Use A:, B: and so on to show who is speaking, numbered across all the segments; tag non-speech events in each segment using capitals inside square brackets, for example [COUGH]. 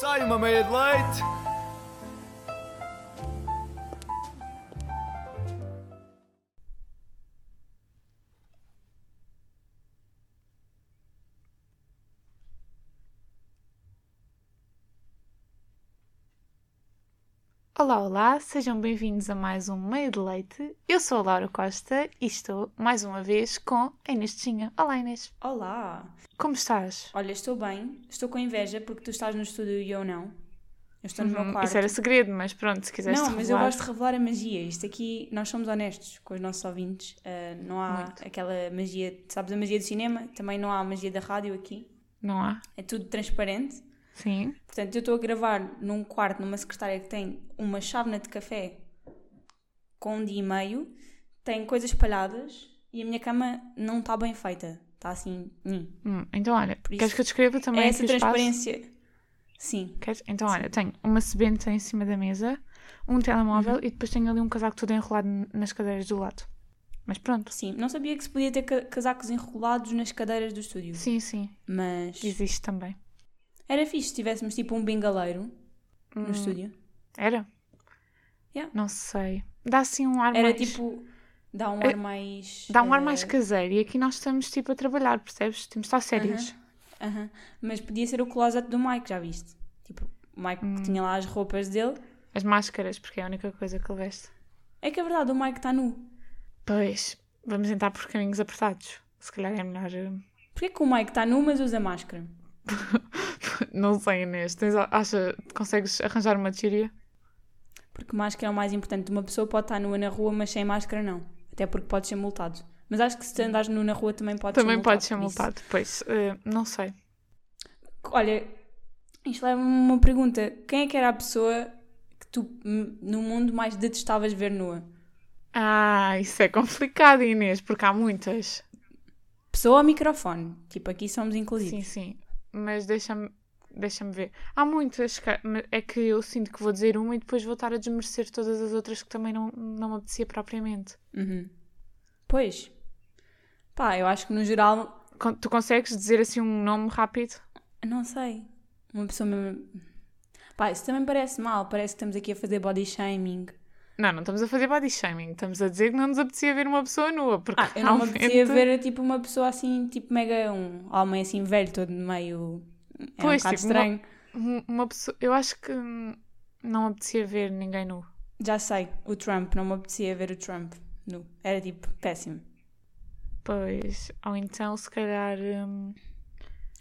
A: Sorry, mama made late.
B: Olá, olá, sejam bem-vindos a mais um Meio de Leite. Eu sou a Laura Costa e estou mais uma vez com a Inês Tinha. Olá, Inês.
C: Olá!
B: Como estás?
C: Olha, estou bem, estou com inveja porque tu estás no estúdio e eu não. Eu estou no meu
B: Uhum,
C: quarto.
B: Isso era segredo, mas pronto, se quiseres
C: não, mas eu
B: revelar.
C: gosto de revelar a magia. Isto aqui, nós somos honestos com os nossos ouvintes. Ah, não há
B: Muito.
C: aquela magia, sabes, a magia do cinema, também não há a magia da rádio aqui.
B: Não há?
C: É tudo transparente.
B: Sim.
C: Portanto, eu estou a gravar num quarto, numa secretária que tem uma chávena de café com um dia e meio, tem coisas espalhadas e a minha cama não está bem feita. Está assim. hum.
B: Hum, então, olha,
C: isso-
B: queres que eu descreva também
C: É essa
B: aqui o espaço?
C: transparência. Sim.
B: Queres? Então, olha, tenho uma sebenta em cima da mesa, um telemóvel
C: Uhum.
B: e depois tenho ali um casaco todo enrolado n- nas cadeiras do lado. Mas pronto.
C: Sim, não sabia que se podia ter ca- casacos enrolados nas cadeiras do estúdio.
B: Sim, sim,
C: Mas
B: existe também.
C: era fixe se tivéssemos tipo um bengaleiro
B: Hum,
C: no estúdio.
B: Era?
C: Yeah.
B: Não sei. Dá assim um ar
C: Era
B: mais...
C: tipo. Dá um
B: Eh,
C: ar mais.
B: Dá um ar
C: eh,
B: mais caseiro. E aqui nós estamos, tipo, a trabalhar, percebes? Temos de estar sérias.
C: aham. Mas podia ser o closet do Mike, já viste? Tipo, o Mike
B: Hum.
C: que tinha lá as roupas dele.
B: As máscaras, porque é a única coisa que ele veste.
C: É que é verdade, o Mike está nu.
B: Pois, vamos entrar por caminhos apertados. Se calhar é melhor... hum,
C: Porquê que o Mike está nu, mas usa máscara?
B: [LAUGHS] Não sei, Inês. Tens, acha, consegues arranjar uma teoria?
C: Porque máscara é o mais importante. Uma pessoa pode estar nua na rua, mas sem máscara não. Até porque pode ser multado. Mas acho que se tu andares nu na rua também pode
B: Também
C: ser multado.
B: pode ser
C: por
B: multado. Pois,
C: isso.
B: eh, não sei.
C: Olha, isto leva-me a uma pergunta. Quem é que era a pessoa que tu m- no mundo mais detestavas ver nua?
B: Ah, isso é complicado, Inês, porque há muitas.
C: Pessoa ou microfone? Tipo, aqui somos
B: Sim,
C: inclusivos.
B: sim. Mas deixa-me deixa ver. Há muitas. ca- mas É que eu sinto que vou dizer uma e depois vou estar a desmerecer todas as outras que também não, não me apetecia propriamente.
C: Uhum. Pois. Pá, eu acho que no geral,
B: Con- Tu consegues dizer assim um nome rápido?
C: não sei. Uma pessoa mesmo... Pá, isso também parece mal. Parece que estamos aqui a fazer body shaming.
B: Não, não estamos a fazer body shaming. Estamos a dizer que não nos apetecia ver uma pessoa nua. Porque
C: Ah, eu não me apetecia
B: realmente-
C: ver tipo uma pessoa assim, tipo mega um homem assim velho, todo meio... É um
B: Pois,
C: bocado
B: tipo, uma-
C: estranho.
B: Um- Uma pessoa. Eu acho que hum, não me apetecia ver ninguém nu.
C: Já sei, o Trump, não me apetecia ver o Trump nu. Era tipo péssimo.
B: Pois. Ou então, se calhar. hum,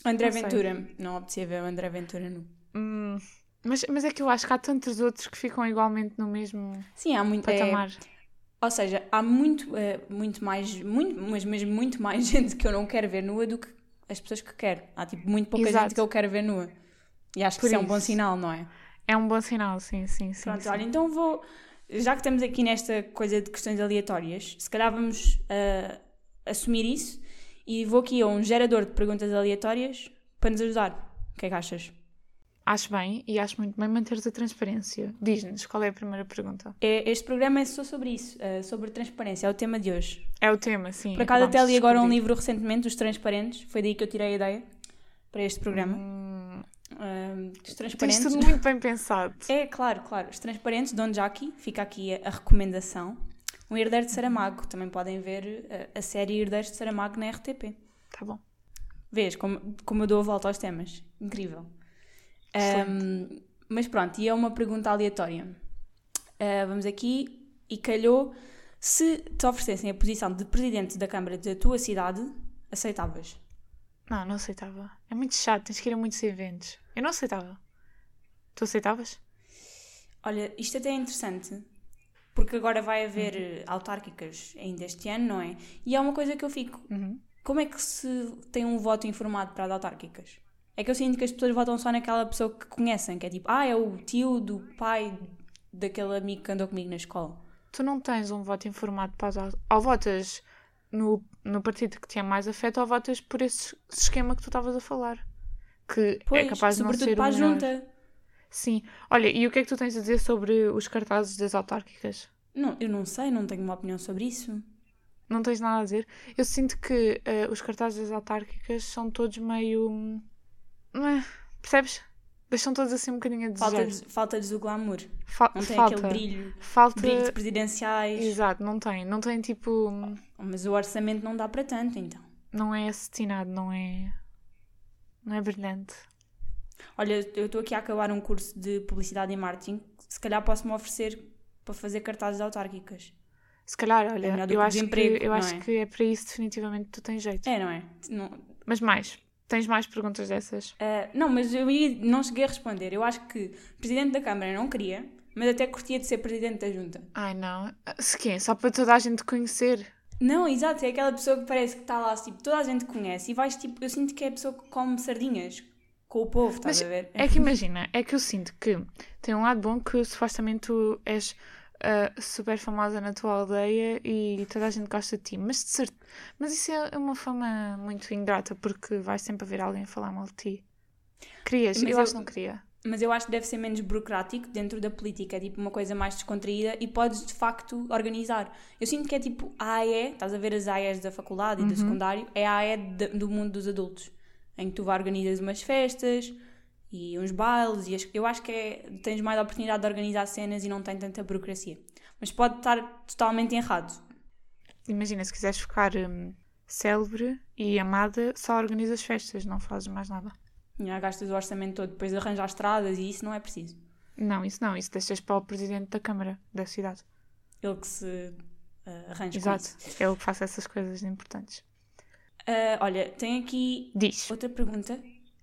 C: André
B: Não sei.
C: Ventura, não apetecia ver o André Ventura nu.
B: hum, mas, mas é que eu acho que há tantos outros que ficam igualmente no mesmo
C: Sim, há muito.
B: patamar.
C: É, ou seja, há muito, eh, muito mais, muito, mas mesmo muito mais [LAUGHS] gente que eu não quero ver nua do que as pessoas que quero. Há tipo muito pouca
B: Exato.
C: gente que eu quero ver nua. E acho que
B: Por
C: isso é um bom
B: isso.
C: sinal, não é?
B: É um bom sinal, sim, sim, sim.
C: Pronto,
B: sim.
C: olha, então vou. Já que estamos aqui nesta coisa de questões aleatórias, se calhar vamos ah, assumir isso e vou aqui a um gerador de perguntas aleatórias para nos ajudar. O que é que achas?
B: Acho bem e acho muito bem manteres a transparência. Diz-nos qual é a primeira pergunta.
C: É- Este programa é só sobre isso, ah, sobre transparência, é o tema de hoje.
B: É o tema, sim.
C: Por acaso
B: acabámos
C: até
B: de
C: li agora um
B: descobrir.
C: livro recentemente, Os Transparentes, foi daí que eu tirei a ideia para este programa.
B: Hum,
C: Ahm, os
B: tens
C: Transparentes.
B: tudo muito bem pensado.
C: É, claro, claro. Os Transparentes, Don Jackie, fica aqui a, a recomendação. O Herdeiro de Saramago, também podem ver eh, a série Herdeiros de Saramago na RTP.
B: Tá bom.
C: Vês como, como eu dou a volta aos temas. Incrível. Ahm, mas pronto, e é uma pergunta aleatória. Ah, vamos aqui. E calhou, se te oferecessem a posição de presidente da Câmara da tua cidade, aceitavas?
B: Não, não aceitava. É muito chato, tens que ir a muitos eventos. Eu não aceitava. Tu aceitavas?
C: Olha, isto até é interessante, porque agora vai haver
B: Uhum.
C: eh, autárquicas ainda este ano, não é? E há uma coisa que eu fico:
B: Uhum.
C: como é que se tem um voto informado para as autárquicas? É que eu sinto que as pessoas votam só naquela pessoa que conhecem, que é tipo, ah, é o tio do pai daquele amigo que andou comigo na escola.
B: Tu não tens um voto informado para as au- Ou votas no, no partido que te é mais afeto, ou votas por esse esquema que tu estavas a falar. Que
C: Pois,
B: é capaz de não
C: sobretudo
B: ser
C: para
B: o
C: a
B: melhor.
C: junta.
B: Sim. Olha, e o que é que tu tens a dizer sobre os cartazes das autárquicas?
C: Não, eu não sei, não tenho uma opinião sobre isso.
B: Não tens nada a dizer? Eu sinto que eh, os cartazes das autárquicas são todos meio. hum, eh, é? percebes? Deixam todos assim um bocadinho a desejar.
C: Falta-lhes falta-lhes o glamour.
B: Fa-
C: Não tem
B: falta.
C: aquele brilho,
B: Falta.
C: brilho de presidenciais.
B: Exato, não tem. Não tem tipo.
C: Mas o orçamento não dá para tanto, então.
B: Não é assassinado, não é. Não é brilhante.
C: Olha, eu estou aqui a acabar um curso de publicidade e marketing. Se calhar posso-me oferecer para fazer cartazes autárquicas.
B: Se calhar,
C: É
B: olha,
C: melhor do
B: eu
C: que
B: acho,
C: desemprego,
B: que, eu
C: não
B: acho
C: é?
B: que é para isso definitivamente que tu tens jeito.
C: É, não é? Não,
B: Mas mais, tens mais perguntas dessas?
C: ah, não, mas eu ia- não cheguei a responder. Eu acho que presidente da Câmara não queria, mas até curtia de ser presidente da Junta.
B: Ai não, se quem? Só para toda a gente conhecer.
C: Não, exato, é aquela pessoa que parece que está lá, tipo, toda a gente conhece e vais, tipo, eu sinto que é a pessoa que come sardinhas com o povo, estás
B: Mas
C: a ver?
B: É que imagina, é que eu sinto que tem um lado bom que supostamente tu és ah, super famosa na tua aldeia e toda a gente gosta de ti, mas, de cer- mas isso é uma fama muito ingrata porque vais sempre haver alguém a falar mal de ti. Querias?
C: Mas
B: eu,
C: eu-
B: acho que não queria.
C: Mas eu acho que deve ser menos burocrático dentro da política, é tipo uma coisa mais descontraída e podes de facto organizar. Eu sinto que é tipo a AE, estás a ver as AEs da faculdade e do secundário, é a AE de- do mundo dos adultos, em que tu vá organizas umas festas e uns bailes e as- eu acho que é- tens mais oportunidade de organizar cenas e não tem tanta burocracia. Mas pode estar totalmente errado.
B: Imagina, se quiseres ficar hum, célebre e amada, só organizas festas, não fazes mais nada.
C: Já gastas o orçamento todo, depois arranjar estradas e isso não é preciso.
B: Não, isso não, isso deixas para o presidente da Câmara da cidade.
C: Ele que se ah, arranja com
B: Exato,
C: isso.
B: é o que faço essas coisas importantes.
C: Ah, olha, tem aqui
B: Diz.
C: Outra pergunta.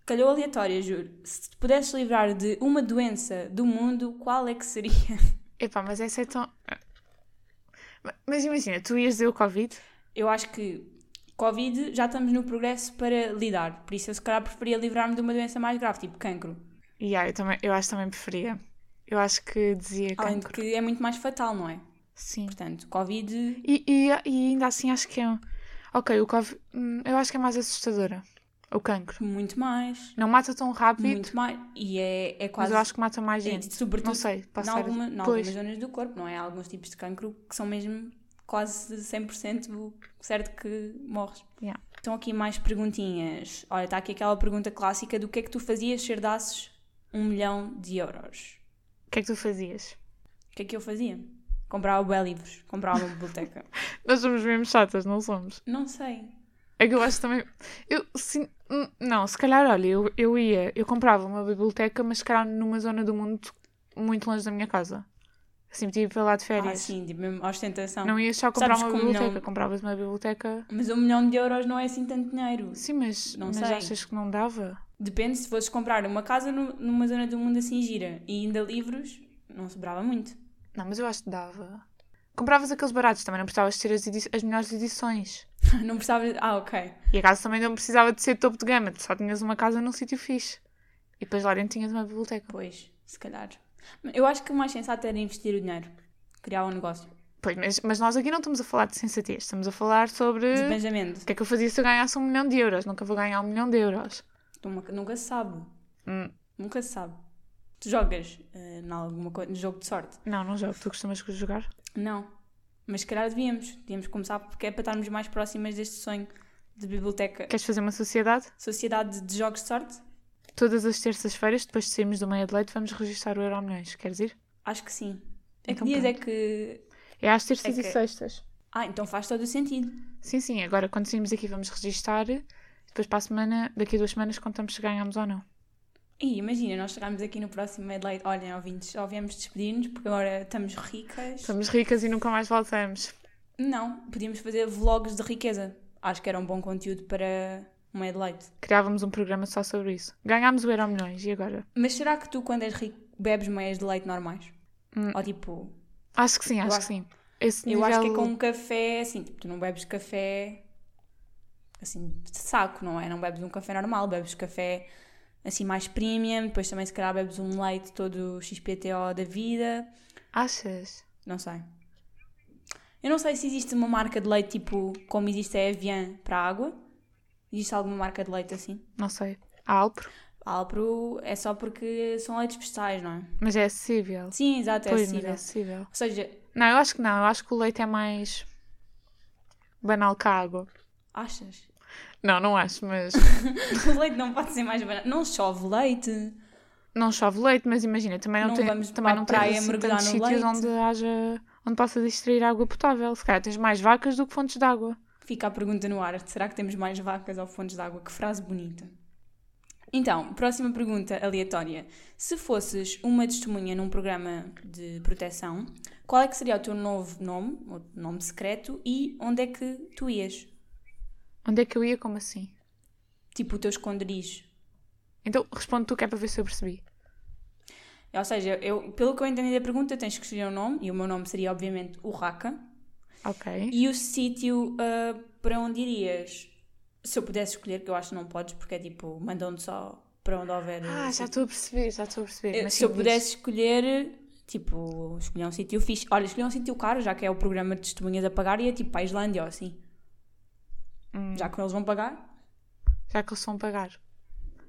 C: Calhou aleatória, juro. Se te pudesses livrar de uma doença do mundo, qual é que seria? [LAUGHS]
B: Epá, mas essa é tão. Mas imagina, tu ias dizer o Covid?
C: Eu acho que Covid já estamos no progresso para lidar. Por isso eu se calhar preferia livrar-me de uma doença mais grave, tipo cancro.
B: E ah, eu, também, eu acho que também preferia. Eu acho que dizia
C: Além
B: cancro.
C: de que é muito mais fatal, não é?
B: Sim.
C: Portanto, Covid.
B: E, e, e ainda assim acho que é. um- Ok, o Covid. hum, Eu acho que é mais assustadora. O cancro.
C: Muito mais.
B: Não mata tão rápido,
C: Muito mais. E é, é
B: mas
C: quase.
B: eu acho que mata mais
C: é,
B: gente.
C: sobretudo
B: Não sei,
C: em
B: passar.
C: alguma- em
B: pois.
C: algumas zonas do corpo, não é? Há alguns tipos de cancro que são mesmo quase 100% certo que morres.
B: Yeah.
C: Estão aqui mais perguntinhas. Olha, está aqui aquela pergunta clássica do que é que tu fazias se herdasses um milhão de euros?
B: O que é que tu fazias?
C: O que é que eu fazia? Comprava bué livros, comprava uma
B: [LAUGHS]
C: biblioteca.
B: Nós somos mesmo chatas, não somos?
C: Não sei.
B: É que eu acho também. Eu, sim, hum, não, se calhar, olha, eu, eu ia, eu comprava uma biblioteca, mas se calhar numa zona do mundo muito longe da minha casa. Assim, tipo, ia lá de
C: Ah,
B: férias.
C: sim, tipo, mesmo ostentação.
B: não ia só comprar
C: Sabes
B: uma
C: como
B: biblioteca,
C: não-
B: compravas uma biblioteca.
C: Mas um milhão de euros não é assim tanto dinheiro.
B: Sim, mas,
C: Não
B: mas
C: sei.
B: achas que não dava?
C: Depende se fosses comprar uma casa nu- numa zona do mundo assim gira e ainda livros, não sobrava muito. [LAUGHS]
B: Não, mas eu acho que dava. Compravas aqueles baratos, também não precisavas de ter as, edi- as melhores edições.
C: Não precisava. Ah, ok.
B: E a casa também não precisava de ser topo de gama, tu só tinhas uma casa num sítio fixe. E depois lá dentro tinhas uma biblioteca.
C: Pois, se calhar. Eu acho que o mais sensato era investir o dinheiro, criar um negócio.
B: Pois, mas, mas nós aqui não estamos a falar de sensatez, estamos a falar sobre.
C: Desbanjamento.
B: O que é que eu fazia se eu ganhasse um milhão de euros? Nunca vou ganhar um milhão de euros.
C: Tu nunca, nunca se sabe.
B: Hum,
C: Nunca se sabe. Tu jogas eh, em alguma coisa, no jogo de sorte?
B: não, não jogo. Tu costumas jogar?
C: Não. Mas se calhar devíamos. Devíamos começar porque é para estarmos mais próximas deste sonho de biblioteca.
B: Queres fazer uma sociedade?
C: Sociedade de Jogos de Sorte?
B: Todas as terças-feiras, depois de sairmos do meia de leite, vamos registrar o Euro Milhões. Queres ir?
C: Acho que sim. É que
B: Então
C: dias é
B: pronto.
C: que.
B: É às terças
C: É
B: e
C: que-
B: sextas.
C: Ah, então faz todo o sentido.
B: Sim, sim. Agora, quando sairmos aqui, vamos registar. Depois, para a semana, daqui a duas semanas, contamos se ganhamos ou não.
C: E imagina, nós chegámos aqui no próximo Medley. Olhem, ouvintes, só viemos despedir-nos porque agora estamos ricas.
B: Somos ricas e nunca mais voltamos.
C: Não, podíamos fazer vlogs de riqueza. Acho que era um bom conteúdo para um uma Adelaide.
B: Criávamos um programa só sobre isso. Ganhámos o Euro Milhões e agora?
C: Mas será que tu, quando és rico, bebes meias de leite normais?
B: Hum.
C: Ou tipo,
B: Acho que sim, acho
C: acho-
B: que sim. Esse
C: eu acho que é
B: nível-
C: com um café, assim, tipo, tu não bebes café assim de saco, não é? Não bebes um café normal, bebes café assim mais premium, depois também se calhar bebes um leite todo XPTO da vida,
B: Achas?
C: não sei. Eu não sei se existe uma marca de leite tipo como existe a Evian para a água. Existe alguma marca de leite assim?
B: Não sei. Alpro?
C: Alpro é só porque são leites vegetais, não é?
B: Mas é acessível.
C: Sim, exato, é
B: pois, mas
C: acessível.
B: é acessível.
C: Ou seja,
B: Não, eu acho que não. Eu acho que o leite é mais banal que a água.
C: achas? [LAUGHS]
B: Não, não acho, mas.
C: o leite não pode ser mais barato. Não chove leite.
B: não chove leite, mas imagina, também não,
C: Não
B: tem,
C: vamos
B: também
C: para
B: não
C: a praia
B: tens assim,
C: mergulhar
B: tantos
C: no
B: sítios
C: leite.
B: onde haja onde possas extrair água potável. Se calhar tens mais vacas do que fontes de água.
C: Fica a pergunta no ar: será que temos mais vacas ou fontes de água? Que frase bonita. Então, próxima pergunta aleatória. Se fosses uma testemunha num programa de proteção, qual é que seria o teu novo nome, ou nome secreto, e onde é que tu ias?
B: Onde é que eu ia? Como assim?
C: Tipo o teu esconderijo.
B: Então responde tu que é para ver se eu percebi.
C: Ou seja, eu, pelo que eu entendi da pergunta, tens que escolher um nome, e o meu nome seria obviamente o Raka.
B: Ok.
C: E o sítio ah, para onde irias? Se eu pudesse escolher, que eu acho que não podes, porque é tipo, mandam-te só para onde houver. um
B: Ah, já estou a perceber, já estou a perceber.
C: Eh,
B: Mas
C: se
B: sim,
C: eu
B: diz.
C: pudesse escolher, tipo, escolher um sítio fixe. Olha, escolher um sítio caro, já que é o programa de testemunhas a pagar, e é tipo para a Islândia ou assim.
B: Hum.
C: Já que eles vão pagar.
B: já que eles vão pagar.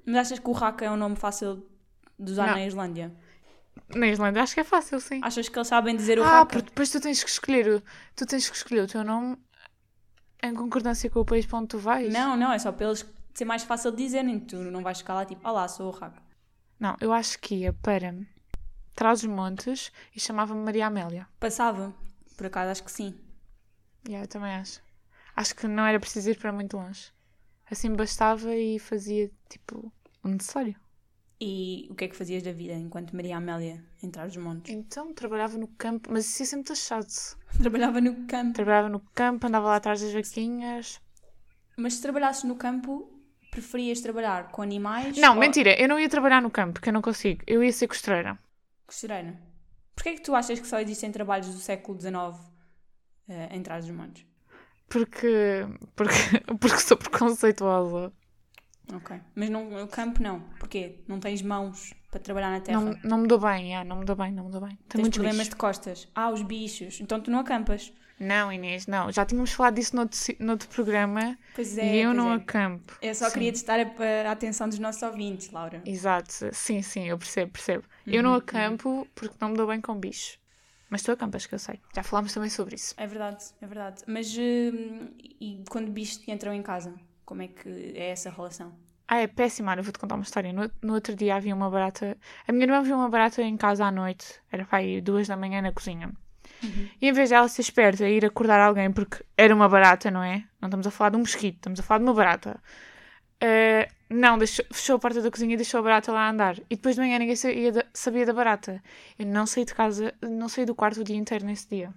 C: Mas achas que o Raka é um nome fácil de usar
B: Não.
C: na Islândia?
B: Na Islândia acho que é fácil, sim.
C: Achas que eles sabem dizer o
B: Ah,
C: Raka?
B: porque depois tu tens que escolher o, tu tens que escolher o teu nome em concordância com o país para onde tu vais.
C: Não, não, é só para eles ser mais fácil de dizerem. Tu não vais ficar lá tipo, olá, sou o Raka.
B: Não, eu acho que ia para Trás-os-Montes e chamava-me Maria Amélia.
C: Passava. Por acaso, acho que sim.
B: Yeah, eu também acho. Acho que não era preciso ir para muito longe. Assim bastava e fazia, tipo, o necessário.
C: E o que é que fazias da vida enquanto Maria Amélia entrar os montes? [LAUGHS]
B: Então, trabalhava no campo, mas isso é sempre chato.
C: Trabalhava no campo.
B: Trabalhava no campo, andava lá atrás das vaquinhas.
C: Mas se trabalhasses no campo, preferias trabalhar com animais?
B: Não,
C: ou-
B: mentira, eu não ia trabalhar no campo, porque eu não consigo. Eu ia ser costureira.
C: Costureira. Porquê é que tu achas que só existem trabalhos do século XIX eh, em trás dos montes?
B: Porque, porque, [LAUGHS] porque sou preconceituosa.
C: Ok. Mas não, no campo não. Porquê? Não tens mãos para trabalhar na terra.
B: Não, não me dou bem, yeah, não me dou bem, não me dou bem. Tem
C: tens
B: muitos problemas.
C: problemas de costas. Ah, os bichos. Então tu não acampas.
B: Não, Inês, não. Já tínhamos falado disso noutro, si- noutro programa
C: Pois é.
B: e eu
C: pois
B: não
C: é.
B: acampo.
C: Eu só
B: Sim.
C: queria testar a, a atenção dos nossos ouvintes, Laura.
B: Exato, sim, sim, eu percebo, percebo. Eu
C: Uhum,
B: não acampo porque não me dou bem com bicho. Mas tu acampas, que eu sei. Já falámos também sobre isso.
C: É verdade, é verdade. Mas hum, e quando bichos te entram em casa, como é que é essa relação?
B: Ah, é péssima, Ana, eu vou-te contar uma história. No, no outro dia havia uma barata. A minha irmã viu uma barata em casa à noite. Era para aí duas da manhã na cozinha. E em vez dela ser esperta e ir acordar alguém, porque era uma barata, não é? Não estamos a falar de um mosquito, estamos a falar de uma barata. Ah, não, deixou, fechou a porta da cozinha e deixou a barata lá andar. E depois de manhã ninguém sabia da, sabia da barata. Eu não saí de casa, não saí do quarto o dia inteiro nesse dia.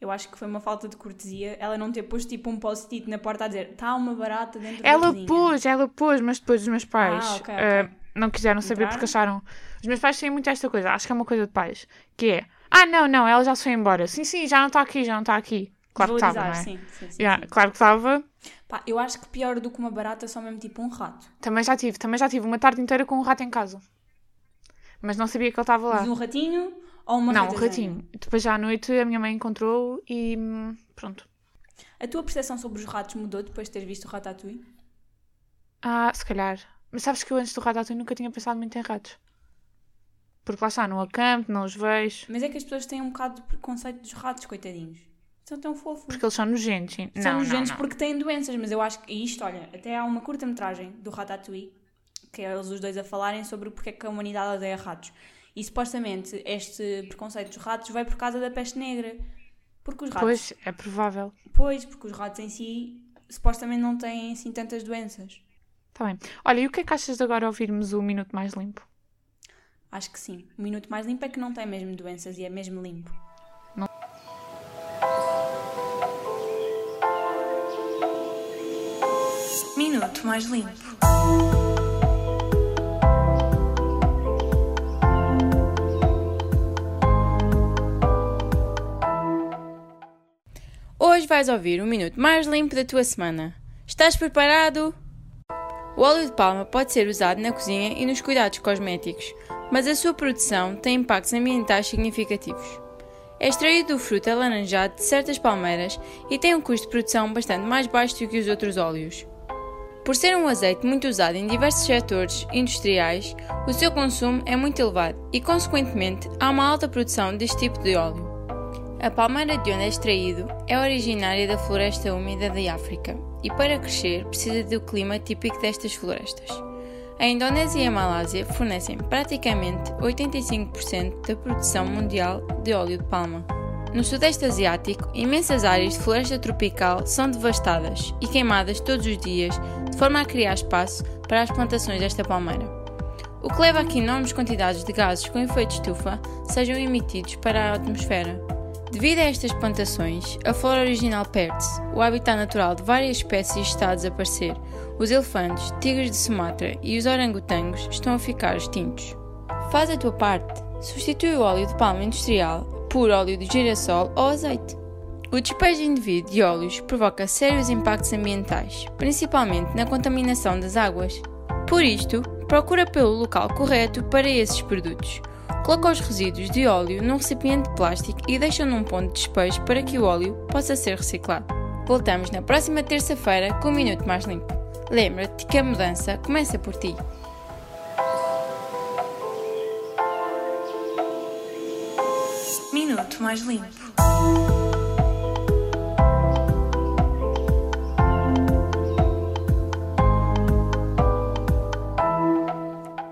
C: Eu acho que foi uma falta de cortesia ela não ter posto tipo um post-it na porta a dizer está uma barata dentro da
B: Ela
C: cozinha.
B: pôs, ela pôs, é mas depois os meus pais
C: Ah, ok,
B: ah,
C: ok.
B: não quiseram saber
C: Entraram?
B: porque acharam. Os meus pais têm muito esta coisa, acho que é uma coisa de pais, que é: ah, não, não, ela já se foi embora. Sim, sim, já não está aqui, já não está aqui. Claro que estava,
C: Valorizar,
B: não é?
C: sim, sim, sim,
B: Yeah,
C: sim.
B: Claro que estava.
C: Pá, eu acho que pior do que uma barata é só mesmo tipo um rato.
B: Também já tive, também já tive uma tarde inteira com um rato em casa. Mas não sabia que ele estava lá.
C: Mas um ratinho ou uma
B: Ah. não, um
C: ratazana?
B: ratinho. Depois já à noite a minha mãe encontrou e hum, pronto.
C: A tua percepção sobre os ratos mudou depois de ter visto o Ratatouille?
B: Ah, se calhar. Mas sabes que eu antes do Ratatouille nunca tinha pensado muito em ratos. Porque lá está, não acampo, não os vejo.
C: Mas é que as pessoas têm um bocado de preconceito dos ratos, coitadinhos. São tão fofos.
B: Porque eles são nojentos. sim.
C: são
B: não,
C: nojentos
B: não, não.
C: porque têm doenças, mas eu acho que e isto, olha, até há uma curta-metragem do Ratatouille, que é eles os dois a falarem sobre porque é que a humanidade odeia ratos. E supostamente este preconceito dos ratos vai por causa da peste negra. Porque os ratos,
B: Pois, é provável.
C: pois, porque os ratos em si supostamente não têm assim tantas doenças.
B: Está bem. Olha, e o que é que achas de agora ouvirmos o Minuto Mais Limpo?
C: Acho que sim. O minuto mais limpo é que não tem mesmo doenças e é mesmo limpo.
A: Minuto mais limpo.
D: Hoje vais ouvir o minuto mais limpo da tua semana. Estás preparado? O óleo de palma pode ser usado na cozinha e nos cuidados cosméticos, mas a sua produção tem impactos ambientais significativos. É extraído do fruto alaranjado de certas palmeiras e tem um custo de produção bastante mais baixo do que os outros óleos. Por ser um azeite muito usado em diversos setores industriais, o seu consumo é muito elevado e, consequentemente, há uma alta produção deste tipo de óleo. A palmeira de onde é extraído é originária da floresta úmida da África e para crescer precisa do clima típico destas florestas. A Indonésia e a Malásia fornecem praticamente 85% da produção mundial de óleo de palma. No Sudeste Asiático, imensas áreas de floresta tropical são devastadas e queimadas todos os dias, de forma a criar espaço para as plantações desta palmeira. O que leva a que enormes quantidades de gases com efeito estufa sejam emitidos para a atmosfera. Devido a estas plantações, a flora original perde-se, o habitat natural de várias espécies está a desaparecer, os elefantes, tigres de Sumatra e os orangotangos estão a ficar extintos. Faz a tua parte, substitui o óleo de palma industrial por óleo de girassol ou azeite. O despejo indevido de óleos provoca sérios impactos ambientais, principalmente na contaminação das águas. Por isto, procura pelo local correto para esses produtos. Coloca os resíduos de óleo num recipiente de plástico e deixa num ponto de despejo para que o óleo possa ser reciclado. Voltamos na próxima terça-feira com o Minuto Mais Limpo. Lembra-te que a mudança começa por ti.
A: Minuto Mais Limpo.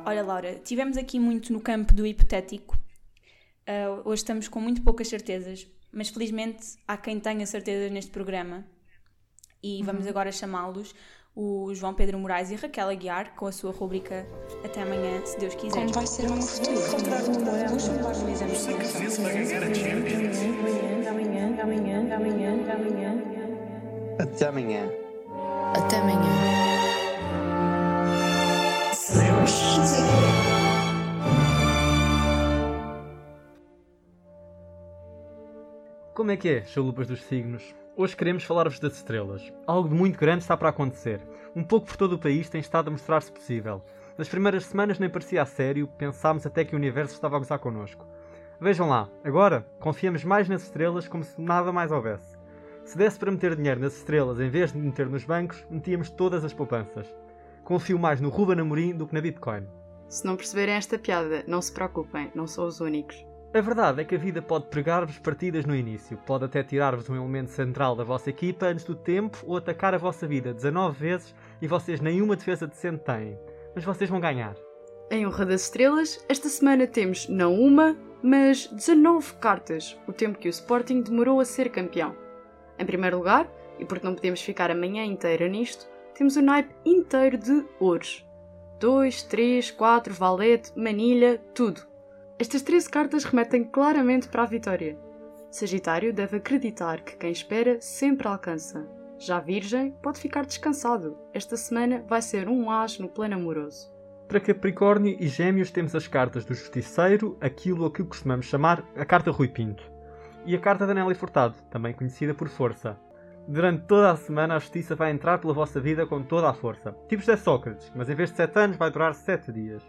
C: Olha, Laura, tivemos aqui muito no campo do hipotético. Ah, hoje estamos com muito poucas certezas, mas felizmente há quem tenha certezas neste programa. E vamos agora chamá-los o João Pedro Moraes e Raquel Aguiar com a sua rubrica Até amanhã, se Deus quiser.
E: Até amanhã.
F: Até amanhã.
G: Como é que é, chalupas dos signos? Hoje queremos falar-vos das estrelas. Algo de muito grande está para acontecer. Um pouco por todo o país tem estado a mostrar-se possível. Nas primeiras semanas nem parecia a sério, pensámos até que o universo estava a gozar connosco. Vejam lá, agora confiamos mais nas estrelas como se nada mais houvesse. Se desse para meter dinheiro nas estrelas em vez de meter nos bancos, metíamos todas as poupanças. Confio mais no Ruben Amorim do que na Bitcoin.
F: Se não perceberem esta piada, não se preocupem, não são os únicos.
G: A verdade é que a vida pode pregar-vos partidas no início, pode até tirar-vos um elemento central da vossa equipa antes do tempo ou atacar a vossa vida 19 vezes e vocês nenhuma defesa decente têm. Mas vocês vão ganhar.
F: Em honra das estrelas, esta semana temos não uma, mas 19 cartas, o tempo que o Sporting demorou a ser campeão. Em primeiro lugar, e porque não podemos ficar a manhã inteira nisto, temos o naipe inteiro de ouros. 2, 3, 4, valete, manilha, tudo. Estas 13 cartas remetem claramente para a vitória. Sagitário deve acreditar que quem espera sempre alcança. Já Virgem pode ficar descansado. Esta semana vai ser um as no plano amoroso.
G: Para Capricórnio e Gêmeos temos as cartas do Justiceiro, aquilo a que costumamos chamar a carta Rui Pinto, e a carta da Nelly Furtado, também conhecida por Força. Durante toda a semana a justiça vai entrar pela vossa vida com toda a força. Tipo José Sócrates, mas em vez de 7 anos vai durar 7 dias.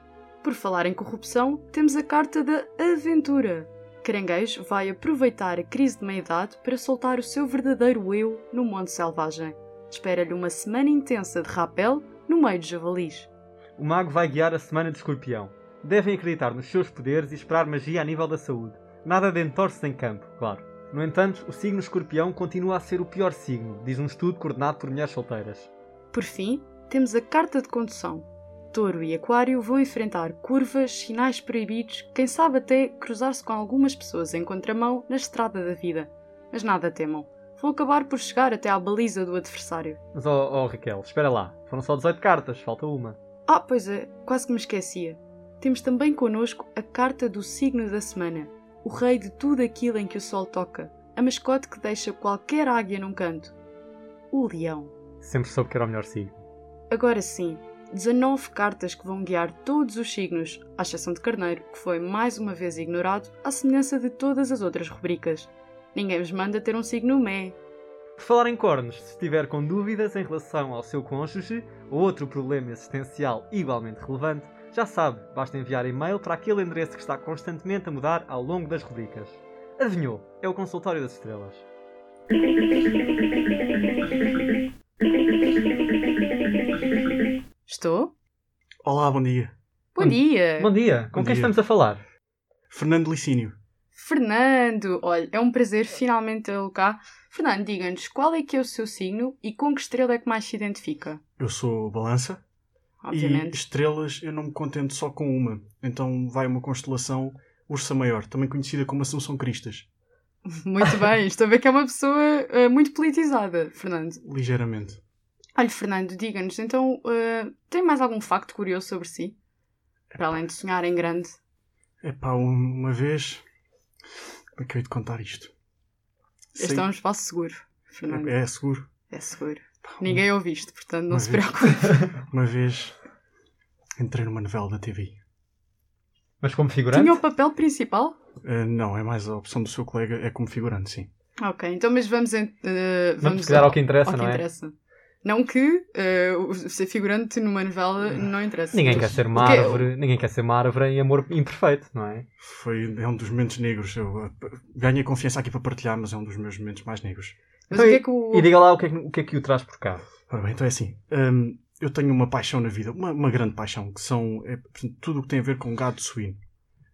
F: Por falar em corrupção, temos a carta da aventura. Caranguejo vai aproveitar a crise de meia-idade para soltar o seu verdadeiro eu no mundo selvagem. Espera-lhe uma semana intensa de rapel no meio de javalis.
G: O mago vai guiar a semana de escorpião. Devem acreditar nos seus poderes e esperar magia a nível da saúde. Nada de entorces em campo, claro. No entanto, o signo escorpião continua a ser o pior signo, diz um estudo coordenado por mulheres solteiras.
F: Por fim, temos a carta de condução. Touro e Aquário vão enfrentar curvas, sinais proibidos, quem sabe até cruzar-se com algumas pessoas em contramão na estrada da vida. Mas nada temam, vão acabar por chegar até à baliza do adversário.
G: Mas oh, oh Raquel, espera lá. Foram só 18 cartas, falta uma.
F: Ah, pois é, quase que me esquecia. Temos também connosco a carta do signo da semana, o rei de tudo aquilo em que o sol toca, a mascote que deixa qualquer águia num canto. O leão.
G: Sempre soube que era o melhor signo.
F: Agora sim, 19 cartas que vão guiar todos os signos, à exceção de Carneiro, que foi mais uma vez ignorado, à semelhança de todas as outras rubricas. Ninguém vos manda ter um signo mé.
G: Por falar em cornos, se estiver com dúvidas em relação ao seu cônjuge ou outro problema existencial igualmente relevante, já sabe, basta enviar e-mail para aquele endereço que está constantemente a mudar ao longo das rubricas. Adivinhou? É o consultório das estrelas.
F: Estou?
H: Olá, bom dia.
F: Bom dia!
G: Bom dia, com
H: Bom dia.
G: quem estamos a falar?
H: Fernando Licínio.
F: Fernando! Olha, é um prazer finalmente tê-lo cá. Fernando, diga-nos qual é que é o seu signo e com que estrela é que mais se identifica?
H: Eu sou Balança.
G: E
F: obviamente.
G: estrelas, eu não me contento só com uma. Então vai uma constelação Ursa Maior, também conhecida como Assunção Cristas.
F: [LAUGHS] Muito bem, estou a ver que é uma pessoa eh, muito politizada, Fernando.
G: Ligeiramente.
F: Olha, Fernando, diga-nos, então, eh, tem mais algum facto curioso sobre si? Para além de sonhar em grande.
G: Epá, um- uma vez. Como é que eu hei de contar isto?
F: Este é um espaço seguro, Fernando.
G: É, é seguro.
F: É seguro.
G: Pá,
F: Ninguém ouve isto, portanto, não
G: Mas
F: se
G: eu-
F: preocupe.
G: [LAUGHS] Uma vez entrei numa novela da TV.
I: Mas como figurante?
F: Tinha é o papel principal?
G: Eh, não, é mais a opção do seu colega, é como figurante, sim.
F: Ok, então, mas vamos. ent- eh,
I: Vamos
F: vamos
I: chegar ao que interessa,
F: ao que
I: não é?
F: interessa. Não que eh, o- ser figurante numa novela não interessa.
I: Ninguém
F: Mas
I: quer ser uma
F: o que é-
I: árvore, ninguém quer ser uma árvore em amor imperfeito, não é?
G: Foi, é um dos momentos negros. Eu eh, p- ganhei confiança aqui para partilhar, mas é um dos meus momentos mais negros.
F: Mas o que é que o.
I: E diga lá o que é que, o, que, é que o traz por cá.
G: Ora bem, então é assim. hum, eu tenho uma paixão na vida, uma, uma grande paixão, que são é, portanto, tudo o que tem a ver com gado suíno.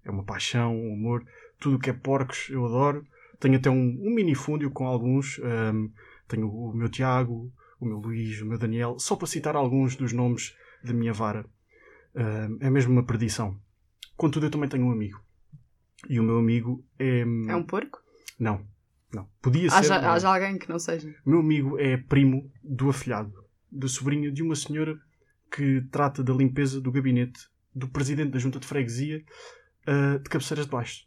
G: É uma paixão, um amor, tudo o que é porcos eu adoro. Tenho até um, um minifúndio com alguns. hum, tenho o meu Tiago, o meu Luís, o meu Daniel, só para citar alguns dos nomes da minha vara. Hum, é mesmo uma perdição. Contudo, eu também tenho um amigo. E o meu amigo é.
F: É um porco?
G: Não, não. Podia
F: Há
G: ser.
F: já,
G: não
F: há
G: é.
F: já alguém que não seja.
G: O meu amigo é primo do afilhado, da sobrinha de uma senhora que trata da limpeza do gabinete do presidente da junta de freguesia ah, de Cabeceiras de Baixo.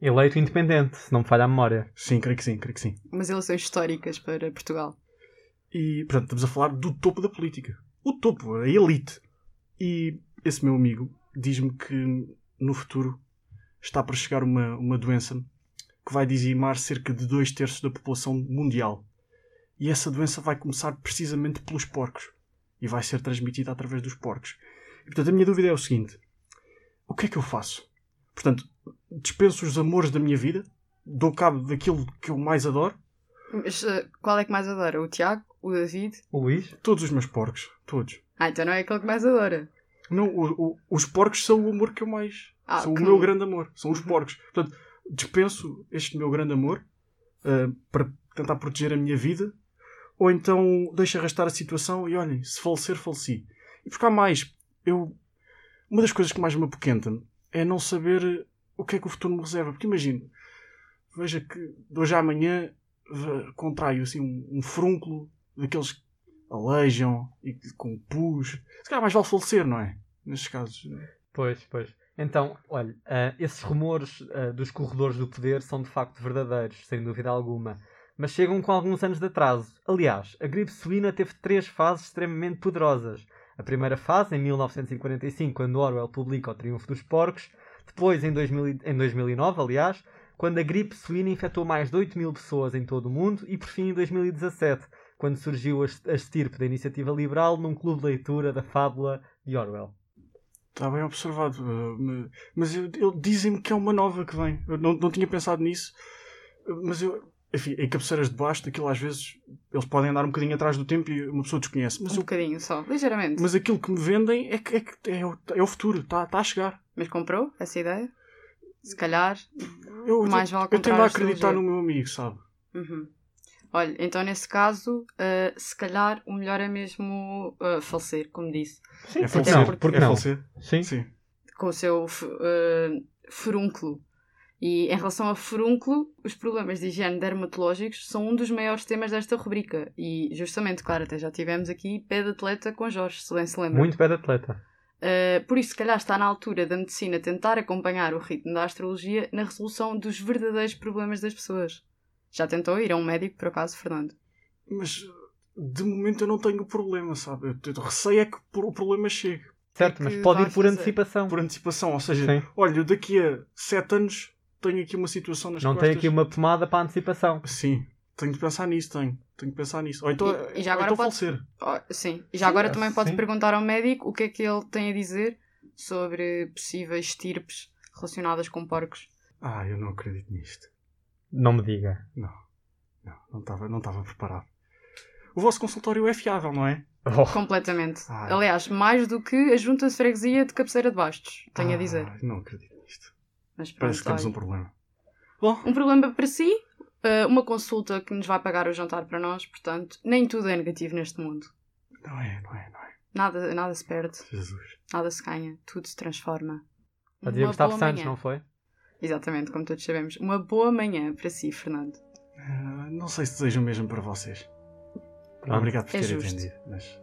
I: Eleito independente, se não me falha a memória.
G: Sim, creio que sim, creio que sim.
F: Umas eleições históricas para Portugal.
G: E, portanto, estamos a falar do topo da política. O topo, a elite. E esse meu amigo diz-me que no futuro está para chegar uma, uma doença que vai dizimar cerca de dois terços da população mundial. E essa doença vai começar precisamente pelos porcos. E vai ser transmitida através dos porcos. E, portanto, a minha dúvida é o seguinte: o que é que eu faço? Portanto, dispenso os amores da minha vida, dou cabo daquilo que eu mais adoro.
F: Mas eh, qual é que mais adora? O Tiago? O David?
I: O Luís?
G: Todos os meus porcos, todos.
F: Ah, então não é aquele que mais adora.
G: Não, o- o- os porcos são o amor que eu mais.
F: Ah,
G: são
F: que- Uhum.
G: o meu grande amor. São os porcos. Portanto, dispenso este meu grande amor ah, para tentar proteger a minha vida. Ou então deixo arrastar a situação e olhem, se falecer, faleci. E por cá mais, eu. Uma das coisas que mais me apoquenta é não saber o que é que o futuro me reserva. Porque imagino, veja que de hoje à amanhã v- contraio assim um, um frúnculo daqueles que aleijam e que- com pus. Se calhar mais vale falecer, não é? Nestes casos.
I: Pois, pois. Então, olha, ah, esses rumores ah, dos corredores do poder são de facto verdadeiros, sem dúvida alguma. Mas chegam com alguns anos de atraso. Aliás, a gripe suína teve três fases extremamente poderosas. A primeira fase, em 1945, quando Orwell publica O Triunfo dos Porcos. Depois, em, 2000 e- em 2009, aliás, quando a gripe suína infectou mais de 8 mil pessoas em todo o mundo. E, por fim, em 2017, quando surgiu a est- a estirpe da Iniciativa Liberal num clube de leitura da fábula de Orwell.
G: Está bem observado. ah, ma- Mas eu, eu- dizem-me que é uma nova que vem. Eu não, não tinha pensado nisso. Mas eu. Enfim, em cabeceiras de baixo, daquilo às vezes eles podem andar um bocadinho atrás do tempo e uma pessoa desconhece.
F: Um
G: Mas, eu-
F: bocadinho só, ligeiramente. Mas...
G: mas aquilo que me vendem é, que, é, que- é o, é o futuro, está tá a chegar.
F: comprou essa ideia? Se calhar.
G: Eu,
F: Mais
G: eu,
F: vale
G: eu tendo
F: comprar
G: a
F: o seu
G: acreditar
F: jeito.
G: no meu amigo, sabe?
F: Uhum. Olha, então nesse caso, eh, se calhar o melhor é mesmo eh, falecer, como disse.
I: Sim,
G: é
F: porque
G: falecer.
F: não?
I: Porque
G: é
I: não?
G: falecer.
I: Sim.
G: Sim.
F: Com o seu f- eh, furúnculo. E em relação a furúnculo, os problemas de higiene dermatológicos são um dos maiores temas desta rubrica. E justamente, claro, até já tivemos aqui pé de atleta com Jorge, se bem se lembra.
I: Muito pé de atleta.
F: Uh, por isso, se calhar, está na altura da medicina tentar acompanhar o ritmo da astrologia na resolução dos verdadeiros problemas das pessoas. Já tentou ir a um médico, por acaso, Fernando?
G: Mas de momento eu não tenho problema, sabe? Eu, eu receio é que por- o problema chegue
I: Certo,
F: É que
I: mas pode
F: vai
I: ir por
F: fazer?
I: antecipação.
G: por antecipação. Ou seja,
I: Sim.
G: olha, eu daqui a 7 anos tenho aqui uma situação nas
I: Não
G: costas.
I: tem aqui uma pomada para antecipação.
G: Sim, tenho de pensar nisso, tenho. Tenho de pensar nisso. Ou então,
F: E- e já
G: ou
F: agora
G: então
F: pode-
G: falecer.
F: Oh, sim. E já agora
G: é,
I: ah,
F: também pode
I: sim.
F: perguntar ao médico o que é que ele tem a dizer sobre possíveis estirpes relacionadas com porcos.
G: Ah, eu não acredito nisto.
I: Não me diga.
G: Não. Não, não estava não estava preparado. O vosso consultório é fiável, não é?
I: Oh,
F: Completamente.
G: Ai.
F: Aliás, mais do que a junta de freguesia de cabeceira de bastos, tenho a
G: Ah,
F: dizer.
G: Não acredito nisto.
F: Mas
G: Parece que
F: pronto,
G: temos
F: olha.
G: um problema. Bom,
F: um problema para si, eh, uma consulta que nos vai pagar o jantar para nós, portanto, nem tudo é negativo neste mundo.
G: não é, não é, não é.
F: Nada, nada se perde,
H: Jesus.
F: nada se ganha, tudo se transforma.
G: Já dizia
F: Uma
G: Gustavo
F: boa
G: Santos,
F: manhã.
G: não foi?
F: Exatamente, como todos sabemos. Uma boa manhã para si, Fernando.
H: Ah, não sei se desejo o mesmo para vocês.
G: Pronto.
H: Obrigado por
F: É
H: terem
F: justo.
H: atendido. Mas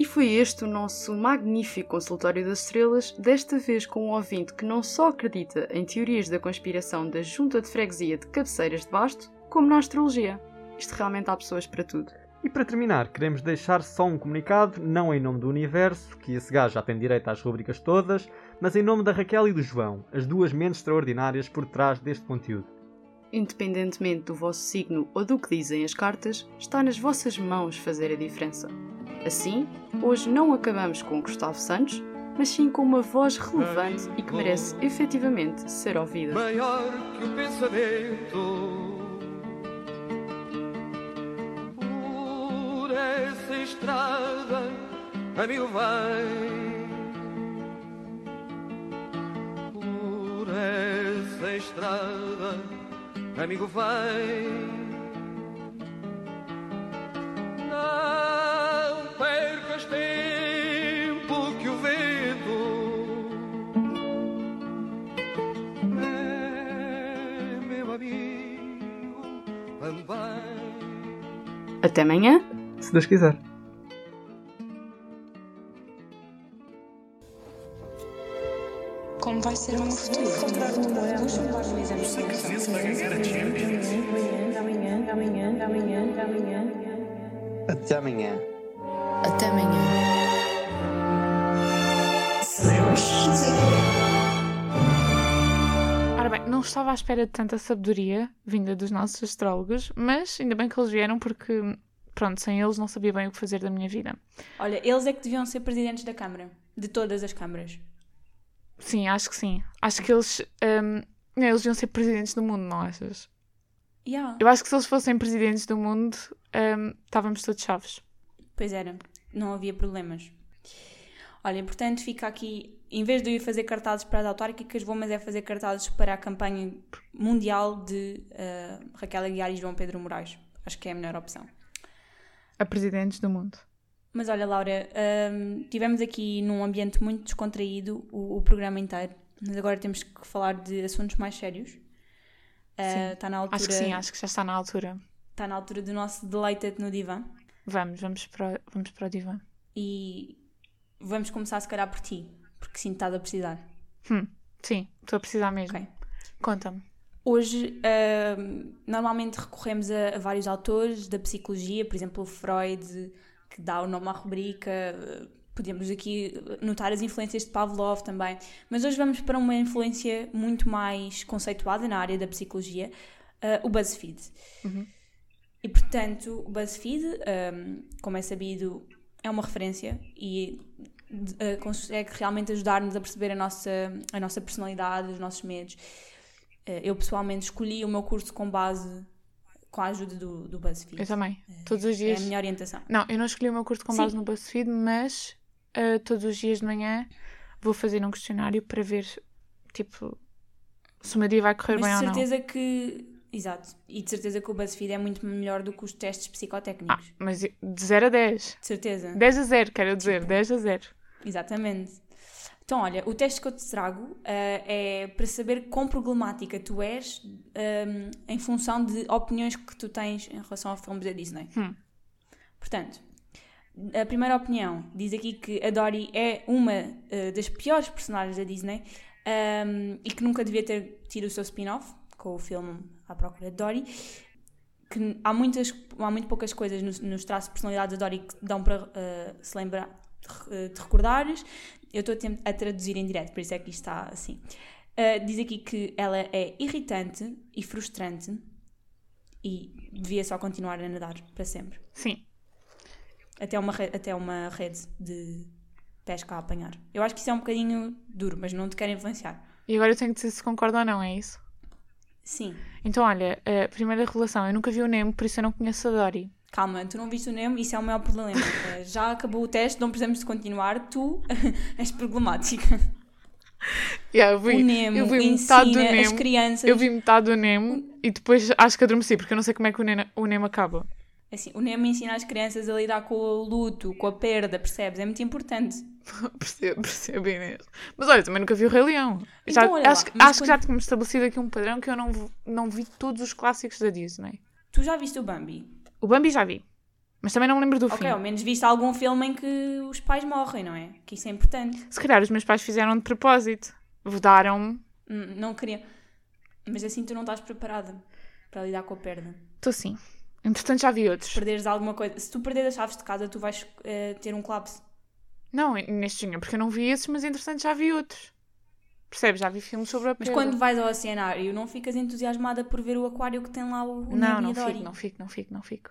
F: E foi este o nosso magnífico consultório das estrelas, desta vez com um ouvinte que não só acredita em teorias da conspiração da junta de freguesia de cabeceiras de basto, como na astrologia. Isto realmente há pessoas para tudo.
G: E para terminar, queremos deixar só um comunicado, não em nome do universo, que esse gajo já tem direito às rubricas todas, mas em nome da Raquel e do João, as duas mentes extraordinárias por trás deste conteúdo.
F: Independentemente do vosso signo ou do que dizem as cartas, está nas vossas mãos fazer a diferença. Assim, hoje não acabamos com Gustavo Santos, mas sim com uma voz relevante e que merece efetivamente ser ouvida.
E: maior que o pensamento. Por essa estrada a mil vai, por essa estrada, amigo vai. Não percas tempo que o vento é meu amigo também.
F: Até amanhã!
G: Se Deus quiser.
A: Como vai ser o meu futuro?
J: Até amanhã.
K: Até amanhã.
B: Ora bem, não estava à espera de tanta sabedoria vinda dos nossos astrólogos, mas ainda bem que eles vieram porque, pronto, sem eles não sabia bem o que fazer da minha vida.
C: Olha, eles é que deviam ser presidentes da Câmara. De todas as câmaras.
B: Sim, acho que sim. Acho que eles, hum, eles iam ser presidentes do mundo, não achas?
C: Yeah.
B: Eu acho que se eles fossem presidentes do mundo, hum, estávamos todos chaves.
C: Pois era, não havia problemas. Olha, portanto, fica aqui, em vez de eu ir fazer cartazes para as autárquicas, vou mas é fazer cartazes para a campanha mundial de ah, Raquel Aguiar e João Pedro Moraes. Acho que é a melhor opção.
B: A presidentes do mundo.
C: Mas olha, Laura, hum, tivemos aqui num ambiente muito descontraído o, o programa inteiro, mas agora temos que falar de assuntos mais sérios. Ah, Está na altura,
B: Acho que sim, acho que já está na altura.
C: está na altura do nosso deleite no divã.
B: Vamos, vamos para, o- vamos para o divã.
C: E vamos começar, se calhar, por ti, porque sinto estás a precisar.
B: Sim, estou a precisar mesmo.
C: Ok.
B: Conta-me.
C: Hoje, ahm, normalmente recorremos a, a vários autores da psicologia, por exemplo, o Freud, que dá o nome à rubrica. eh, Podemos aqui notar as influências de Pavlov também. Mas hoje vamos para uma influência muito mais conceituada na área da psicologia, ah, o BuzzFeed.
B: Uhum.
C: E, portanto, o BuzzFeed, ahm, como é sabido, é uma referência e de- eh, consegue realmente ajudar-nos a perceber a nossa, a nossa personalidade, os nossos medos. Eh, Eu pessoalmente escolhi o meu curso com base, com a ajuda do, do BuzzFeed.
B: Eu também. Todos os
C: É a
B: dias.
C: minha orientação.
B: Não, eu não escolhi o meu curso com
C: Sim.
B: base no BuzzFeed, mas ah, todos os dias de manhã vou fazer um questionário para ver, tipo, se o meu dia vai correr
C: Mas de
B: bem ou não.
C: certeza que. Exato. E de certeza que o BuzzFeed é muito melhor do que os testes
B: Ah,
C: psicotécnicos.
B: mas de 0 a 10.
C: De certeza.
B: 10 a 0, quero
C: Tipo.
B: dizer, 10 a 0.
C: Exatamente. Então, olha, o teste que eu te trago ah, é para saber quão problemática tu és ahm, em função de opiniões que tu tens em relação a filmes da Disney.
B: Hum.
C: Portanto, a primeira opinião diz aqui que a Dory é uma ah, das piores personagens da Disney ahm, e que nunca devia ter tido o seu spin-off com o filme À Procura de Dory. Que há, muitas, há muito poucas coisas nos, nos traços de personalidade da Dory que dão para ah, se lembrar, eh, te recordares. Eu estou a tem- a traduzir em direto, por isso é que isto está assim. Ah, diz aqui que ela é irritante e frustrante e devia só continuar a nadar para sempre.
B: Sim,
C: Até uma, re- até uma rede de pesca a apanhar. Eu acho que isso é um bocadinho duro, mas não te quero influenciar.
B: e agora eu tenho que dizer se concordo ou não, é isso?
C: Sim,
B: Então, olha, a primeira revelação, eu nunca vi o Nemo, por isso eu não conheço a Dory.
C: calma, tu não viste o Nemo, isso é o maior problema. Eh, Já acabou o teste, não precisamos de continuar, tu [LAUGHS] és problemática.
B: Yeah, eu vi,
C: O Nemo
B: eu vi
C: ensina
B: metade do Nemo.
C: as crianças
B: Eu vi metade do Nemo e depois acho que adormeci, porque eu não sei como é que o Nemo, o Nemo acaba. [LAUGHS]
C: Assim, o Nemo ensina as crianças a lidar com o luto, com a perda, percebes? É muito importante.
B: Percebo, percebo, Inês. Mas olha, também nunca vi o Rei Leão. Já-
C: Então, olha lá,
B: acho que-
C: mas
B: acho que já tínhamos estabelecido aqui um padrão que eu não, v- não vi todos os clássicos da Disney.
C: Tu já viste o Bambi?
B: O Bambi já vi, mas também não me lembro do
C: Ok,
B: fim.
C: ao menos viste algum filme em que os pais morrem, não é? Que isso é importante.
B: Se calhar os meus pais fizeram de propósito. Vodaram-me.
C: Hum, Não queria. Mas assim tu não estás preparada para lidar com a perda.
B: Estou Então, sim. Entretanto, já vi outros.
C: Se perderes alguma coisa, se tu perderes as chaves de casa, tu vais eh, ter um colapso.
B: Não, neste tinha, porque eu não vi esses, mas entretanto já vi outros. Percebes? Já vi filmes sobre a
C: Mas
B: perda.
C: quando vais ao oceanário, não ficas entusiasmada por ver o aquário que tem lá o, o
B: Não,
C: Nemo e
B: não
C: a Dory.
B: fico, não fico, não fico, não fico.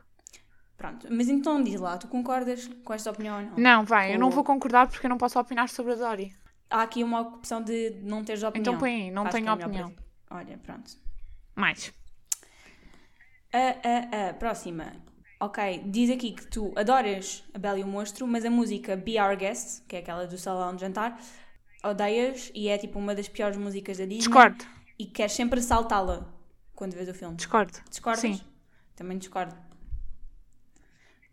C: Pronto, mas então diz lá, tu concordas com esta opinião ou não?
B: Não, vai, eu não
C: Com-
B: vou concordar porque eu não posso opinar sobre a Dory.
C: Há aqui uma opção de não teres opinião.
B: Então põe aí, não
C: Acho que
B: tenho
C: é melhor
B: opinião.
C: para ti. Olha, pronto.
B: Mais.
C: A, a, a, próxima. Ok, diz aqui que tu adoras a Bela e o Monstro, mas a música Be Our Guest, que é aquela do salão de jantar, odeias e é tipo uma das piores músicas da Disney.
B: Discordo,
C: E queres sempre saltá-la quando vês o filme.
B: discordo.
C: Discordas?
B: Sim.
C: Também discordo.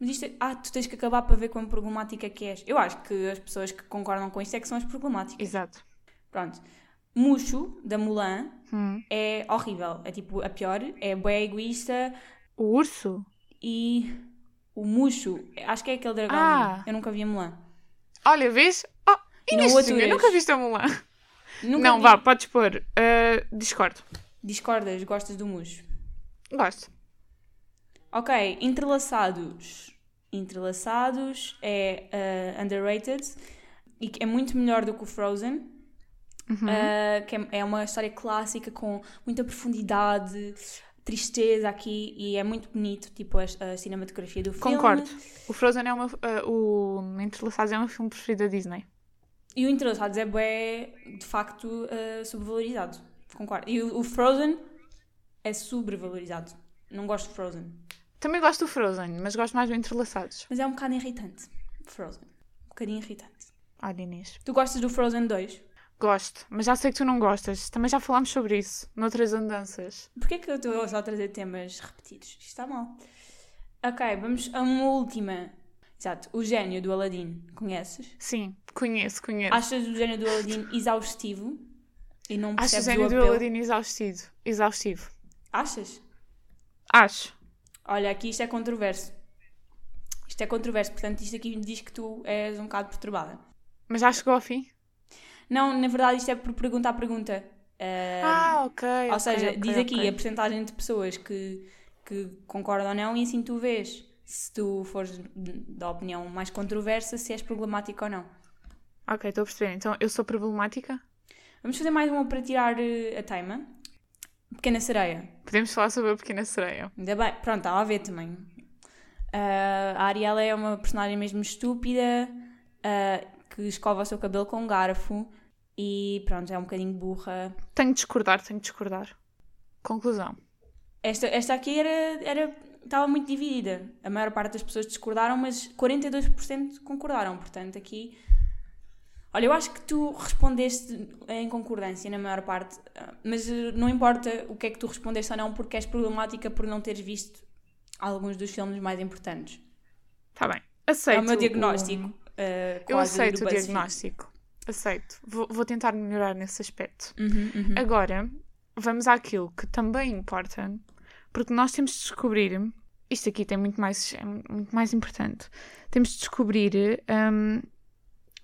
C: Mas isto, ah, tu tens que acabar para ver quão problemática que és. Eu acho que as pessoas que concordam com isto é que são as problemáticas.
B: Exato.
C: Pronto. Muxo, da Mulan,
B: Hum.
C: é horrível. É tipo a pior, é bué egoísta
B: O urso?
C: e o Muxo, acho que é aquele dragão.
B: Ah.
C: Eu nunca vi a Mulan.
B: Olha, vês? Oh, Inês,
C: Não
B: tu
C: aturas.
B: nunca viste a Mulan.
C: Nunca
B: não,
C: vi.
B: vá, podes pôr. Uh, discordo.
C: Discordas, gostas do Muxo.
B: Gosto.
C: Ok, entrelaçados. Entrelaçados é ah, underrated e que é muito melhor do que o Frozen. ah, que é, é uma história clássica com muita profundidade, tristeza aqui e é muito bonito, tipo a, a cinematografia do filme.
B: Concordo. O Frozen é uma. uh, o Entrelaçados é o meu filme preferido da Disney.
C: E o Entrelaçados é bué, de facto, eh, subvalorizado. Concordo. E o, o Frozen é sobrevalorizado. Não gosto de Frozen.
B: Também gosto do Frozen, mas gosto mais do Entrelaçados.
C: Mas é um bocado irritante. Frozen. Um bocadinho irritante.
B: Olha, Inês.
C: Tu gostas do Frozen 2?
B: Gosto, mas já sei que tu não gostas. Também já falámos sobre isso noutras andanças.
C: Porquê que eu estou só a trazer temas repetidos? Isto está mal. Ok, vamos a uma última. Exato. O gênio do Aladdin. Conheces?
B: Sim, conheço, conheço.
C: Achas o gênio do Aladdin exaustivo? E não
B: Acho o
C: percebes
B: gênio
C: o
B: do
C: é apelo?
B: Aladdin exaustivo. Exaustivo.
C: Achas?
B: Acho.
C: Olha, aqui isto é controverso. Isto é controverso, portanto, isto aqui diz que tu és um bocado perturbada.
B: Mas já chegou ao fim?
C: Não, na verdade, isto é por pergunta a pergunta. Eh,
B: Ah, ok.
C: ou
B: ok,
C: seja,
B: ok,
C: diz aqui
B: ok.
C: a porcentagem de pessoas que, que concordam ou não, e assim tu vês se tu fores da opinião mais controversa, se és problemática ou não.
B: Ok, estou a perceber. Então, eu sou problemática?
C: Vamos fazer mais uma para tirar eh, a teima. Pequena sereia.
B: Podemos falar sobre a Pequena Sereia.
C: Ainda bem, pronto, estava a ver também. Ah, a Ariela é uma personagem mesmo estúpida, ah, que escova o seu cabelo com um garfo e pronto, é um bocadinho burra.
B: Tenho de discordar, tenho de discordar. Conclusão.
C: Esta, esta aqui era, era, estava muito dividida. A maior parte das pessoas discordaram, mas 42% concordaram. Portanto, aqui. Olha, eu acho que tu respondeste em concordância na maior parte, ah, mas eh, não importa o que é que tu respondeste ou não, porque és problemática por não teres visto alguns dos filmes mais importantes.
B: Está Tá bem. Aceito.
C: é o meu diagnóstico. eh,
B: Eu
C: quase
B: aceito
C: do
B: o
C: BuzzFeed.
B: diagnóstico. Aceito. Vou, vou tentar melhorar nesse aspecto.
C: Uhum, uhum.
B: Agora, vamos àquilo que também importa, porque nós temos de descobrir. Isto aqui tem muito mais, é muito mais importante. Temos de descobrir hum,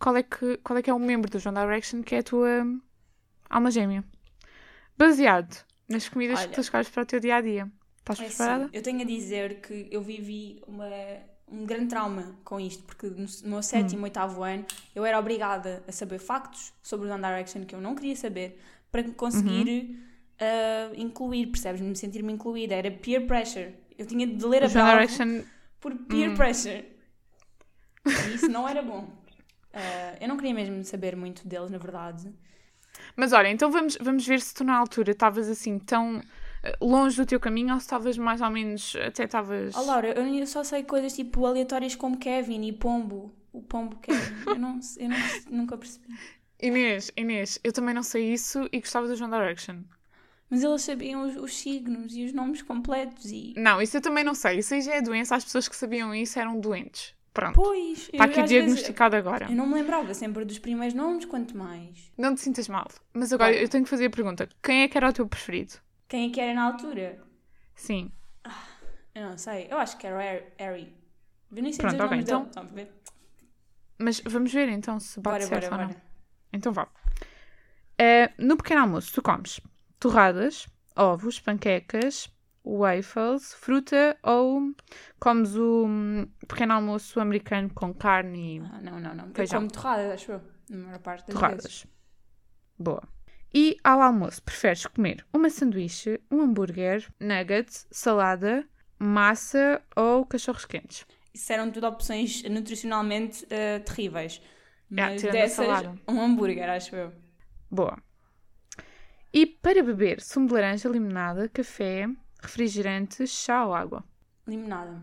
B: qual, é que, qual é que é o membro do John Direction que é a tua alma gêmea. Baseado nas comidas
C: Olha.
B: que tu escolhes para o teu dia a dia. Estás
C: É assim,
B: preparada?
C: eu tenho a dizer que eu vivi uma, um grande trauma com isto, porque no s- no meu sétimo, oitavo ano, eu era obrigada a saber factos sobre o One Direction que eu não queria saber para conseguir ah, incluir, percebes? Me sentir-me incluída. Era peer pressure. Eu tinha de ler
B: O
C: a
B: John
C: Bela
B: Direction.
C: por peer pressure. E isso não era bom. Ah, eu não queria mesmo saber muito deles, na verdade.
B: Mas olha, então vamos, vamos ver se tu na altura estavas assim tão eh, longe do teu caminho ou se estavas mais ou menos eh, até estavas.
C: Oh, Laura, eu eu só sei coisas tipo aleatórias como Kevin e Pombo. O Pombo
B: [LAUGHS]
C: Kevin. Eu, não, eu não, nunca percebi.
B: Inês, Inês, eu também não sei isso e gostava do John Direction.
C: Mas eles sabiam os, os signos e os nomes completos e.
B: Não, isso eu também não sei. Isso aí já é doença. As pessoas que sabiam isso eram doentes. Pronto.
C: Pois! eu
B: Está aqui
C: às vezes-
B: diagnosticado agora.
C: eu não me lembrava sempre dos primeiros nomes, quanto mais.
B: Não te sintas mal. Mas agora eu tenho que fazer a pergunta. Quem é que era o teu preferido?
C: Quem é que era na altura?
B: Sim.
C: Eu não sei. Eu acho que era Harry- Harry. Eu nem sei
B: Pronto,
C: dizer os
B: ok,
C: nomes
B: então-
C: dele. Estão a ver?
B: Mas vamos ver então se bate
C: Bora,
B: certo
C: bora,
B: ou não.
C: bora.
B: Então vá. Eh, no pequeno almoço, tu comes torradas, ovos, panquecas, waffles, fruta ou comes o hum, pequeno almoço americano com carne e
C: Ah, não, não, não. Eu
B: Feijão.
C: como torradas, acho eu. Na maior parte das vezes.
B: torradas. Boa. E ao almoço, preferes comer uma sanduíche, um hambúrguer, nuggets, salada, massa ou cachorros quentes?
C: Isso eram tudo opções nutricionalmente eh, terríveis.
B: Ah,
C: Mas
B: tirando a
C: dessas,
B: salada.
C: um hambúrguer, acho eu.
B: Boa. E para beber, sumo de laranja, limonada, café, refrigerante, chá ou água?
C: Limonada.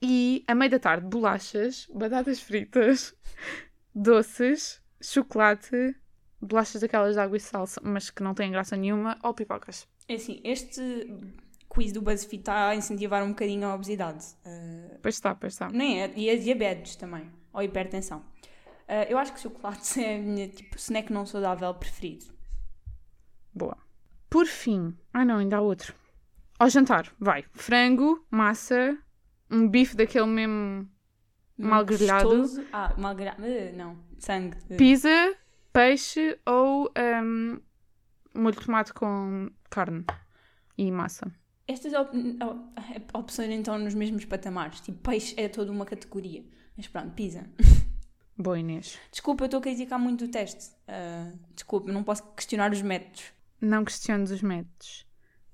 B: E à meia da tarde, bolachas, batatas fritas, [LAUGHS] doces, chocolate, bolachas daquelas de água e salsa, mas que não têm graça nenhuma, ou pipocas.
C: É assim, este quiz do BuzzFeed está a incentivar um bocadinho a obesidade. Eh,
B: Pois está, pois está.
C: nem é, e a diabetes também, ou a hipertensão. Eh, eu acho que chocolate [LAUGHS] é a minha tipo, snack não saudável preferido.
B: Boa. Por fim, ah não, ainda há outro. Ao jantar, vai. Frango, massa, um bife daquele mesmo. Mal grelhado.
C: Gostoso. Ah, mal grelhado. Eh, não, sangue. Eh,
B: Pizza, peixe ou hum, molho de tomate com carne e massa.
C: Estas op- op- opções então nos mesmos patamares. Tipo, peixe é toda uma categoria. Mas pronto, pizza.
B: Boa, Inês.
C: Desculpa, eu estou a criticar muito o teste. Ah, desculpa, não posso questionar os métodos.
B: Não questiones os métodos.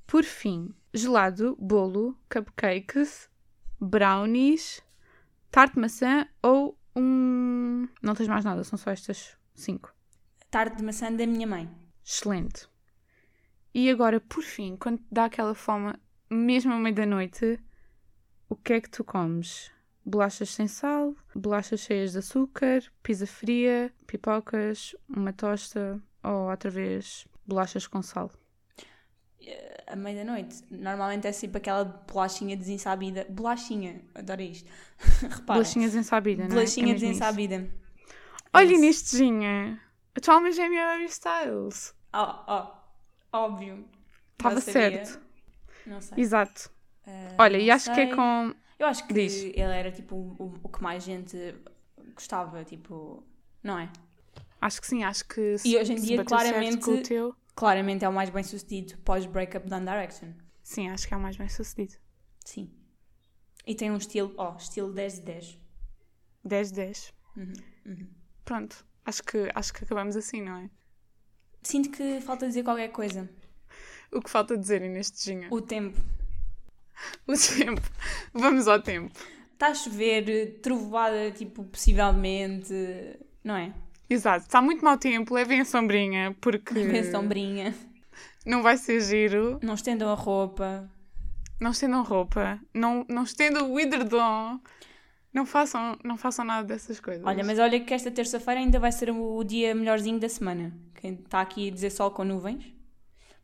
B: Por fim, gelado, bolo, cupcakes, brownies, tarte de maçã ou um. Não tens mais nada, são só estas cinco.
C: Tarde de maçã da minha mãe.
B: Excelente. E agora, por fim, quando te dá aquela fome, mesmo à meia da noite, o que é que tu comes? Bolachas sem sal, bolachas cheias de açúcar, pizza fria, pipocas, uma tosta ou outra vez bolachas com sal.
C: À meia-noite. Normalmente é sempre aquela bolachinha desinsabida. Bolachinha, adoro isto. [LAUGHS] Repara.
B: Bolachinha desinsabida, não é?
C: Bolachinha
B: é? mesmo isso.
C: desinsabida.
B: Olha,
C: Isso.
B: Inêszinha, a tua alma gêmea é Harry Styles.
C: Ó, ó. Óbvio.
B: Estava
C: Já sabia.
B: certo.
C: Não sei.
B: Exato.
C: Ah,
B: Olha, e
C: não
B: acho que é
C: sei.
B: com.
C: Eu acho que
B: Diz.
C: ele era tipo o, o que mais gente gostava, tipo. Não é?
B: Acho que sim, acho que se,
C: E hoje em
B: se
C: dia,
B: bateu certo
C: claramente-
B: com o teu.
C: Claramente é o mais bem sucedido pós-breakup da One Direction.
B: Sim, acho que é o mais bem sucedido.
C: Sim. E tem um estilo, ó, estilo 10 de 10.
B: 10 10.
C: Uhum,
B: Pronto, acho que, acho que acabamos assim, não é?
C: Sinto que falta dizer qualquer coisa.
B: O que falta dizer, Inês Tejinha? O...
C: O tempo.
B: tempo. Vamos ao tempo.
C: Está Tá a chover, eh, trovoada, tipo, possivelmente. Não é?
B: Exato, está muito mau tempo, levem a sombrinha, porque
C: Levem a sombrinha.
B: não vai ser giro.
C: Não estendam a roupa.
B: Não estendam roupa, não, não estendam o edredom, não façam, não façam nada dessas coisas.
C: Olha, mas olha que esta terça-feira ainda vai ser o dia melhorzinho da semana. Quem está aqui a dizer sol com nuvens.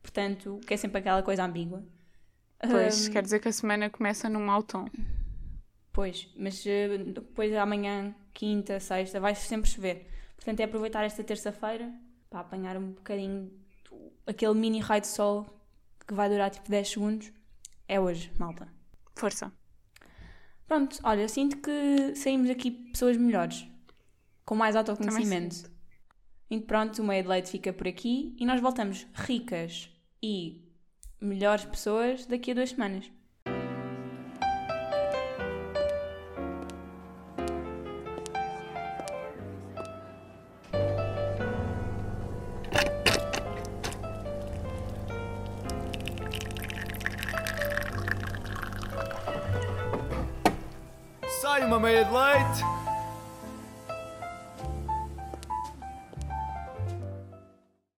C: Portanto, que é sempre aquela coisa ambígua.
B: Pois,
C: Ahm,
B: quer dizer que a semana começa num mau tom.
C: Pois, mas eh, depois amanhã, quinta, sexta, vai sempre chover. Portanto, é aproveitar esta terça-feira para apanhar um bocadinho do- aquele mini raio de sol que vai durar tipo 10 segundos. É hoje, malta.
B: Força.
C: Pronto, olha, sinto que saímos aqui pessoas melhores, com mais autoconhecimento. E pronto, o meio de leite fica por aqui e nós voltamos ricas e melhores pessoas daqui a duas semanas.
E: Sai uma meia de leite.